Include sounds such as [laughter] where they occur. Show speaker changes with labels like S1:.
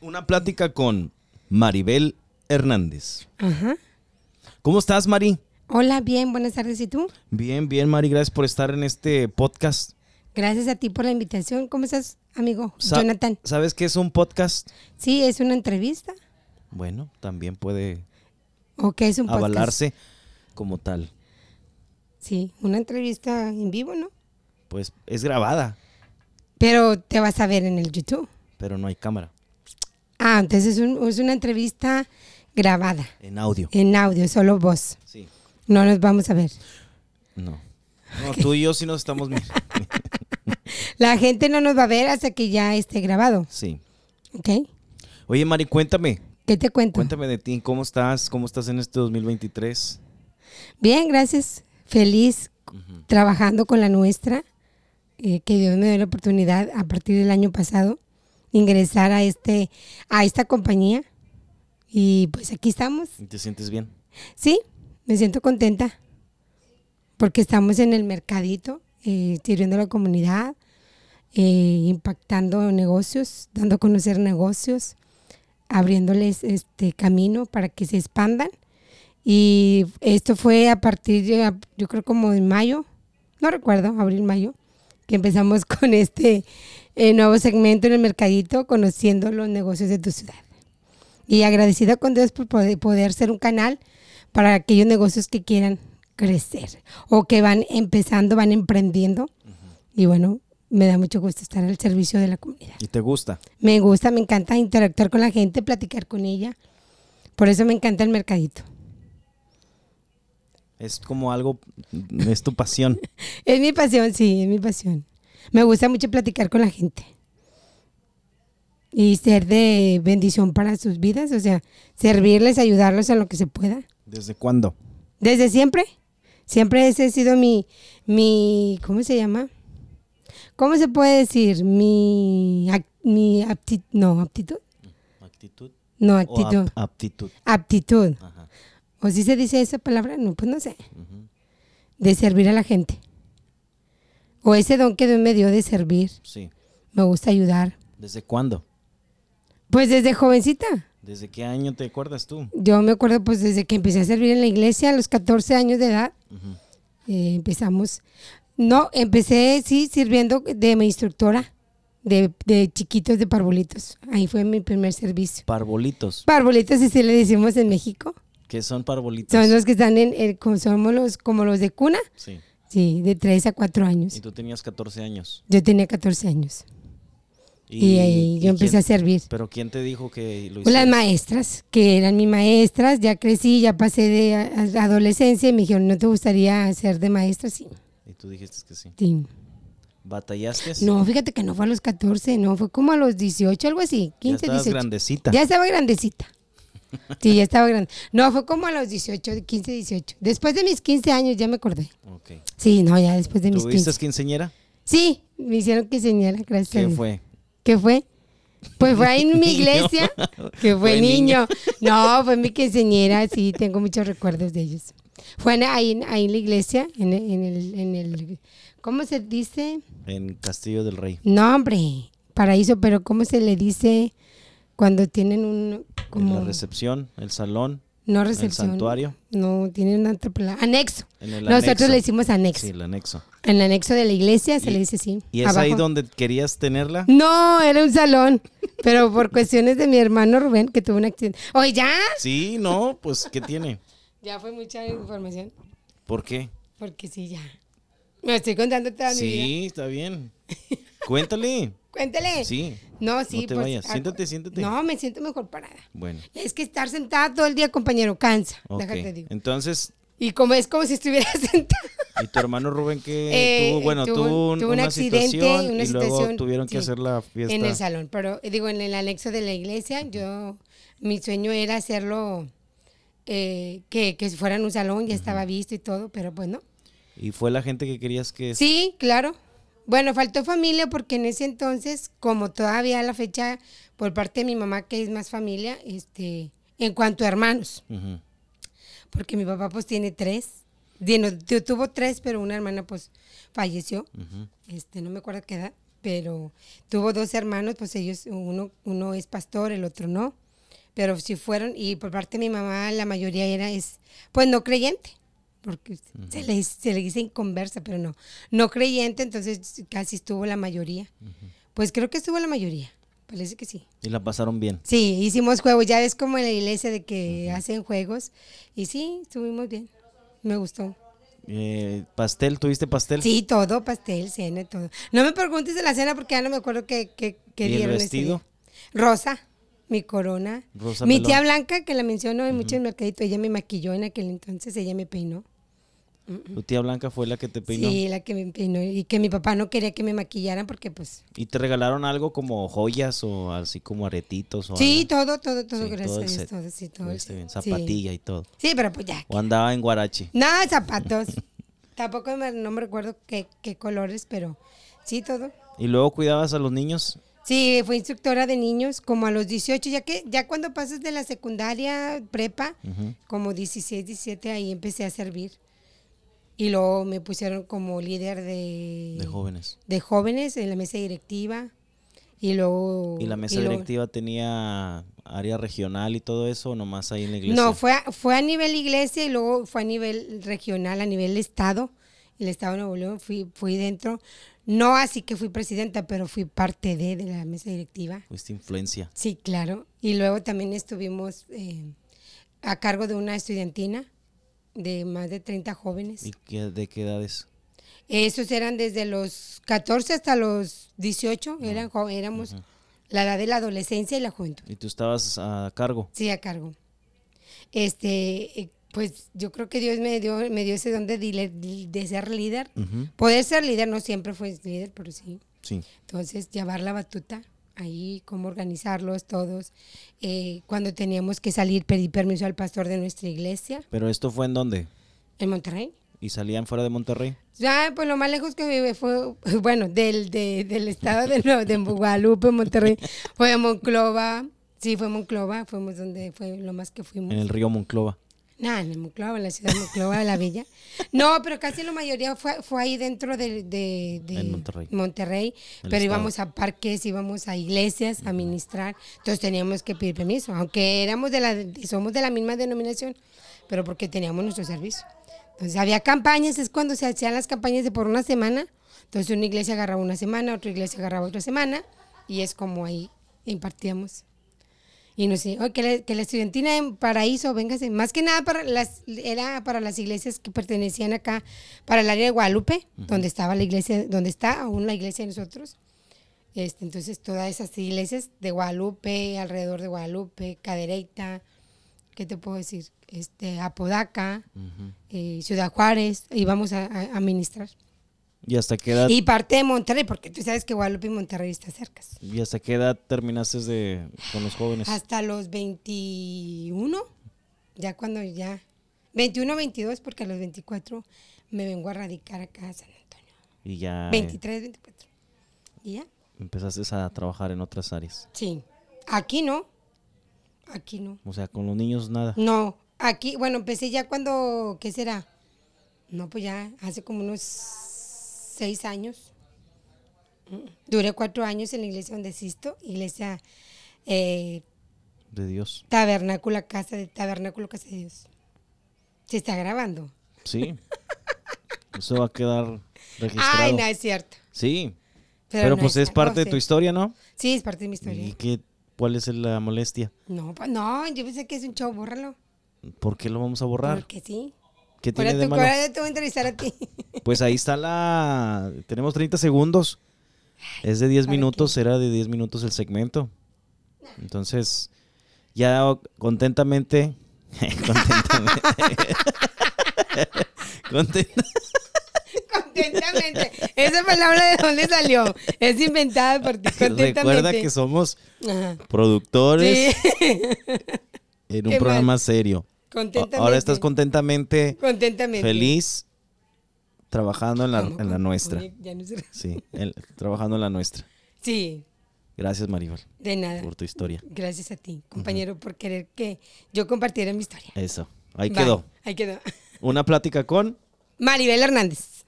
S1: una plática con Maribel Hernández.
S2: Ajá.
S1: ¿Cómo estás, Mari?
S2: Hola, bien, buenas tardes. ¿Y tú?
S1: Bien, bien, Mari. Gracias por estar en este podcast.
S2: Gracias a ti por la invitación. ¿Cómo estás, amigo
S1: Sa-
S2: Jonathan?
S1: ¿Sabes qué es un podcast?
S2: Sí, es una entrevista.
S1: Bueno, también puede
S2: ¿O qué es un podcast?
S1: avalarse como tal.
S2: Sí, una entrevista en vivo, ¿no?
S1: Pues es grabada,
S2: Pero te vas a ver en el YouTube.
S1: pero no hay cámara.
S2: Ah, entonces es, un- es una entrevista grabada,
S1: En audio.
S2: en audio, solo voz.
S1: Sí.
S2: No nos vamos a ver.
S1: No. No, tú y yo sí nos estamos
S2: [laughs]
S1: mirando.
S2: La gente no nos va a ver hasta que ya esté grabado,
S1: Sí.
S2: ¿ok?
S1: Oye, Mari, cuéntame.
S2: ¿Qué te cuento?
S1: Cuéntame de ti. ¿Cómo estás? ¿Cómo estás en este 2023?
S2: Bien, gracias. Feliz trabajando con la nuestra, eh, que Dios me dio la oportunidad a partir del año pasado de ingresar a este a esta compañía y pues aquí estamos.
S1: ¿Y ¿Te sientes bien?
S2: Sí, me siento contenta porque estamos en el mercadito, eh, sirviendo a la comunidad, eh, impactando negocios, dando a conocer negocios, abriéndoles este camino para que se expandan. Y esto fue a partir, de, yo creo como en mayo, no recuerdo, abril, mayo, que empezamos [laughs] con este eh, nuevo segmento en el mercadito, conociendo los negocios de tu ciudad. Y agradecida con Dios por poder, poder ser un canal para aquellos negocios que quieran crecer o que van empezando, van emprendiendo. Y bueno, me da mucho gusto estar al servicio de la comunidad.
S1: ¿Y te gusta?
S2: Me gusta, me encanta interactuar con la gente, platicar con ella. Por eso me encanta el mercadito.
S1: Es como algo, es tu pasión.
S2: Es mi pasión, sí, es mi pasión. Me gusta mucho platicar con la gente. Y ser de bendición para sus vidas, o sea, servirles, ayudarlos en lo que se pueda.
S1: ¿Desde cuándo?
S2: Desde siempre. Siempre ese ha sido mi, mi, ¿cómo se llama? ¿Cómo se puede decir? Mi, ac- mi apti- no, aptitud.
S1: Actitud.
S2: No,
S1: O
S2: actitud.
S1: ap- aptitud.
S2: aptitud.
S1: Ajá.
S2: ¿O si se dice esa palabra? No, pues no sé. De servir a la gente. O ese don que Dios me dio de servir.
S1: Sí.
S2: Me gusta ayudar.
S1: ¿Desde cuándo?
S2: Pues desde jovencita.
S1: ¿Desde qué año te acuerdas tú?
S2: Yo me acuerdo pues desde que empecé a servir en la iglesia a los 14 años de edad. eh, empezamos. No, empecé sí sirviendo de mi instructora de, de chiquitos de parvulitos. Ahí fue mi primer servicio.
S1: Parbolitos.
S2: Parvulitos, si se le decimos en México.
S1: ¿Qué son parbolitos?
S2: Son los que están en, en- como- somos los, como los de cuna.
S1: Sí.
S2: Sí, de 3 a 4
S1: Y
S2: años.
S1: tú tenías 14 años.
S2: Yo tenía 14 años. Y, ahí yo empecé a
S1: quién-
S2: servir.
S1: ¿Pero quién te dijo que lo
S2: Pues las
S1: hicieras?
S2: maestras, que eran mis maestras, ya crecí, ya pasé de a- a- adolescencia y me dijeron, ¿no te gustaría ser de maestra? Sí,
S1: Y tú dijiste que sí.
S2: sí.
S1: ¿Batallaste?
S2: No, fíjate que no fue a los 14, no, fue como a los 18, algo así,
S1: Ya
S2: 15,
S1: estabas
S2: 18.
S1: grandecita.
S2: Ya estaba grandecita. Sí, ya estaba grande. No, fue como a los 18, 15, 18. Después de mis 15 años ya me acordé.
S1: Ok.
S2: Sí, no, ya después de mis
S1: ¿Tuviste
S2: 15.
S1: quinceñera?
S2: Sí, me hicieron que señala, gracias. a
S1: ¿Qué
S2: Dios.
S1: fue?
S2: ¿Qué fue? Pues fue ahí
S1: [laughs]
S2: en mi iglesia, que fue
S1: Fue niño.
S2: niño. [laughs] No, fue mi quinceañera, sí, tengo muchos recuerdos de ellos. Fue en- ahí, en- ahí en la iglesia, en, el- en el, en el- ¿cómo se dice?
S1: En Castillo del Rey.
S2: No, hombre, paraíso, pero ¿cómo se le dice cuando tienen un,
S1: En
S2: como,
S1: la recepción, el salón,
S2: no
S1: el
S2: recepción?
S1: santuario.
S2: No, tienen una otra palabra, anexo.
S1: En el
S2: Nosotros
S1: anexo.
S2: le decimos anexo.
S1: Sí, el anexo.
S2: En el anexo de la iglesia se
S1: Y-
S2: le dice así.
S1: ¿Y es ahí
S2: abajo.
S1: donde querías tenerla?
S2: No, era un salón. Pero por cuestiones de mi hermano Rubén, que tuvo un accidente. Oye, ya.
S1: Sí, no, pues ¿qué tiene?
S2: Ya fue mucha información.
S1: ¿Por qué?
S2: Porque sí, ya. Me estoy contando toda mi vida.
S1: Sí, está bien.
S2: [laughs]
S1: Cuéntale.
S2: Cuéntele.
S1: Sí.
S2: No, sí.
S1: No te vayas. Siéntate, siéntate.
S2: No, me siento mejor parada.
S1: Bueno.
S2: Es que estar sentada todo el día, compañero, cansa.
S1: ok.
S2: Déjate digo.
S1: Entonces,
S2: Y como es como si estuviera [laughs] sentada.
S1: ¿y tu hermano Rubén qué
S2: Eh,
S1: tuvo? Bueno, tuvo, un-
S2: tuvo un
S1: una
S2: accidente,
S1: situación
S2: una
S1: y luego
S2: situación,
S1: tuvieron que
S2: sí,
S1: hacer la fiesta.
S2: En el salón, pero eh, digo, en el anexo de la iglesia, yo, mi sueño era hacerlo, eh, que, que fuera en un salón, ya estaba visto y todo, pero pues no.
S1: Y fue la gente que querías que...
S2: Sí, claro. Bueno, faltó familia porque en ese entonces, como todavía a la fecha, por parte de mi mamá, que es más familia, este, en cuanto a hermanos,
S1: Ujú.
S2: porque mi papá pues tiene tres, Bueno, tu- tuvo tres, pero una hermana pues falleció, este, no me acuerdo qué edad, pero tuvo dos hermanos, pues ellos, uno, uno es pastor, el otro no. Pero sí fueron, y por parte de mi mamá, la mayoría era, es, pues no creyente, porque se, le, se le dice inconversa, pero no, no creyente, entonces casi estuvo la mayoría. Pues creo que estuvo la mayoría, parece que sí.
S1: Y la pasaron bien.
S2: Sí, hicimos juegos, ya ves como en la iglesia de que hacen juegos, y sí, estuvimos bien, me gustó.
S1: Eh, ¿Pastel? ¿Tuviste pastel?
S2: Sí, todo, pastel, cena, todo. No me preguntes de la cena porque ya no me acuerdo qué, qué, qué
S1: ¿Y el
S2: dieron ese
S1: vestido?
S2: día. Rosa, mi corona.
S1: Rosa
S2: mi
S1: Pelón.
S2: tía Blanca, que la menciono en muchos mercaditos, ella me maquilló en aquel entonces, ella me peinó.
S1: Tu tía Blanca fue la que te peinó.
S2: Sí, la que me peinó y que mi papá no quería que me maquillaran porque pues...
S1: ¿Y te regalaron algo como joyas o así como aretitos o
S2: Sí,
S1: algo?
S2: todo, todo, todo,
S1: Sí,
S2: gracias
S1: todo
S2: a
S1: el
S2: Dios,
S1: set.
S2: todo, sí, todo. el
S1: Estuviste bien,
S2: set,
S1: Zapatilla y todo.
S2: Sí. Sí, pero pues ya.
S1: ¿O andaba en Guarache?
S2: No, zapatos. Tampoco me- no me recuerdo qué, qué colores, pero sí, todo.
S1: ¿Y luego cuidabas a los niños?
S2: Sí, fue instructora de niños como a los 18, ya que ya cuando pasas de la secundaria prepa,
S1: Ujú.
S2: como 16, 17, ahí empecé a servir. Y luego me pusieron como líder de,
S1: De jóvenes.
S2: de jóvenes en la mesa directiva. Y luego...
S1: ¿Y la mesa
S2: luego-
S1: directiva tenía área regional y todo eso o nomás ahí en la iglesia?
S2: No, fue a, fue a nivel iglesia y luego fue a nivel regional, a nivel estado. El estado de Nuevo León fui, fui dentro. No así que fui presidenta, pero fui parte de, de la mesa directiva.
S1: Fuiste influencia.
S2: Sí, claro. Y luego también estuvimos eh, a cargo de una estudiantina de más de 30 jóvenes.
S1: ¿Y qué- de qué edades?
S2: Esos eran desde los 14 hasta los 18, eran, jo- éramos la edad de la adolescencia y la juventud.
S1: ¿Y tú estabas a cargo?
S2: Sí, a cargo. Este, eh, pues yo creo que Dios me dio, me dio ese don de, dile- de ser líder.
S1: Ujú.
S2: Poder ser líder, no siempre fue líder, pero sí.
S1: Sí.
S2: Entonces, llevar la batuta ahí, cómo organizarlos todos. Eh, cuando teníamos que salir, pedir permiso al pastor de nuestra iglesia
S1: ¿Pero esto fue en dónde?
S2: en Monterrey.
S1: ¿Y salían fuera de Monterrey?
S2: Ya, pues lo más lejos que vive fue, [laughs] bueno, del, de- del estado de, Nue- de Guadalupe, Monterrey, fue a Monclova. Sí, fue a Monclova, fuimos donde fue lo más que fuimos.
S1: En el río Monclova.
S2: Nada, en Monclova, en la ciudad de Monclova, la villa. No, pero casi la mayoría fue, fue ahí dentro de, de- de
S1: En Monterrey.
S2: Monterrey,
S1: El
S2: pero
S1: estado.
S2: íbamos a parques, íbamos a iglesias a ministrar, entonces teníamos que pedir permiso, aunque éramos de la, de- somos de la misma denominación, pero porque teníamos nuestro servicio. Entonces había campañas, es cuando se hacían las campañas de por una semana, entonces una iglesia agarraba una semana, otra iglesia agarraba otra semana, y es como ahí impartíamos. Y nos sé, que, la, que la estudiantina en Paraíso, véngase, más que nada para las, era para las iglesias que pertenecían acá, para el área de Guadalupe, donde estaba la iglesia, donde está aún la iglesia de nosotros. Este, entonces, todas esas iglesias de Guadalupe, alrededor de Guadalupe, Cadereyta, ¿qué te puedo decir? Este, Apodaca, eh, Ciudad Juárez, íbamos a, a- a ministrar.
S1: ¿Y hasta qué edad,
S2: Y
S1: ¿Y?
S2: parte de Monterrey, porque tú sabes que Guadalupe y Monterrey están cerca.
S1: hasta qué edad terminaste de, con los jóvenes?
S2: Hasta los 21, ya cuando ya, 21, 22, porque a los 24 me vengo a radicar acá a San Antonio.
S1: Y ya eh,
S2: 23, 24. ¿Y ya?
S1: empezaste a trabajar en otras áreas.
S2: Sí. Aquí no, aquí no.
S1: O sea, con los niños nada.
S2: No, aquí, bueno, empecé ya cuando, ¿qué será? No, pues ya hace como unos seis años. Mm. Duré cuatro años en la iglesia donde asisto, iglesia eh,
S1: De Dios.
S2: Tabernáculo Casa de Tabernáculo Casa de Dios. Se está grabando.
S1: Sí. Eso va a quedar registrado.
S2: Ay, no es cierto.
S1: Sí.
S2: Pero
S1: Pero,
S2: no
S1: pues
S2: está-
S1: es parte
S2: no
S1: de
S2: sé.
S1: tu historia, ¿no?
S2: Sí, es parte de mi
S1: ¿Y
S2: historia.
S1: qué, cuál es la molestia?
S2: No, pues no, yo pensé que es un show, bórralo.
S1: ¿Por qué lo vamos a borrar?
S2: Porque sí.
S1: ¿Qué
S2: Ahora
S1: tiene de
S2: tú,
S1: malo?
S2: ahora yo te voy a entrevistar a ti. [laughs]
S1: Pues ahí está la... Tenemos 30 segundos. Es de 10
S2: ¿para qué?
S1: minutos, era de 10 minutos el segmento. Entonces, ya o- contentamente... [laughs] contentamente... [laughs] contenta-
S2: Contentamente. Esa palabra de dónde salió. Es inventada por ti. [laughs]
S1: [laughs]
S2: Contentamente.
S1: Recuerda que somos
S2: Ajá.
S1: productores [laughs]
S2: [laughs] Sí.
S1: en un
S2: Qué mal.
S1: programa serio.
S2: Contentamente.
S1: Ahora estás contentamente,
S2: Contentamente.
S1: feliz, trabajando en la,
S2: ¿Cómo?
S1: en la nuestra.
S2: Oye, ya no se-
S1: Sí, el- trabajando en la nuestra.
S2: Sí,
S1: Gracias, Maribel,
S2: de nada.
S1: por tu historia.
S2: Gracias a ti, compañero, por querer que yo compartiera mi historia.
S1: Eso, ahí
S2: Bye.
S1: quedó.
S2: Ahí quedó. [laughs]
S1: Una plática con...
S2: Maribel Hernández.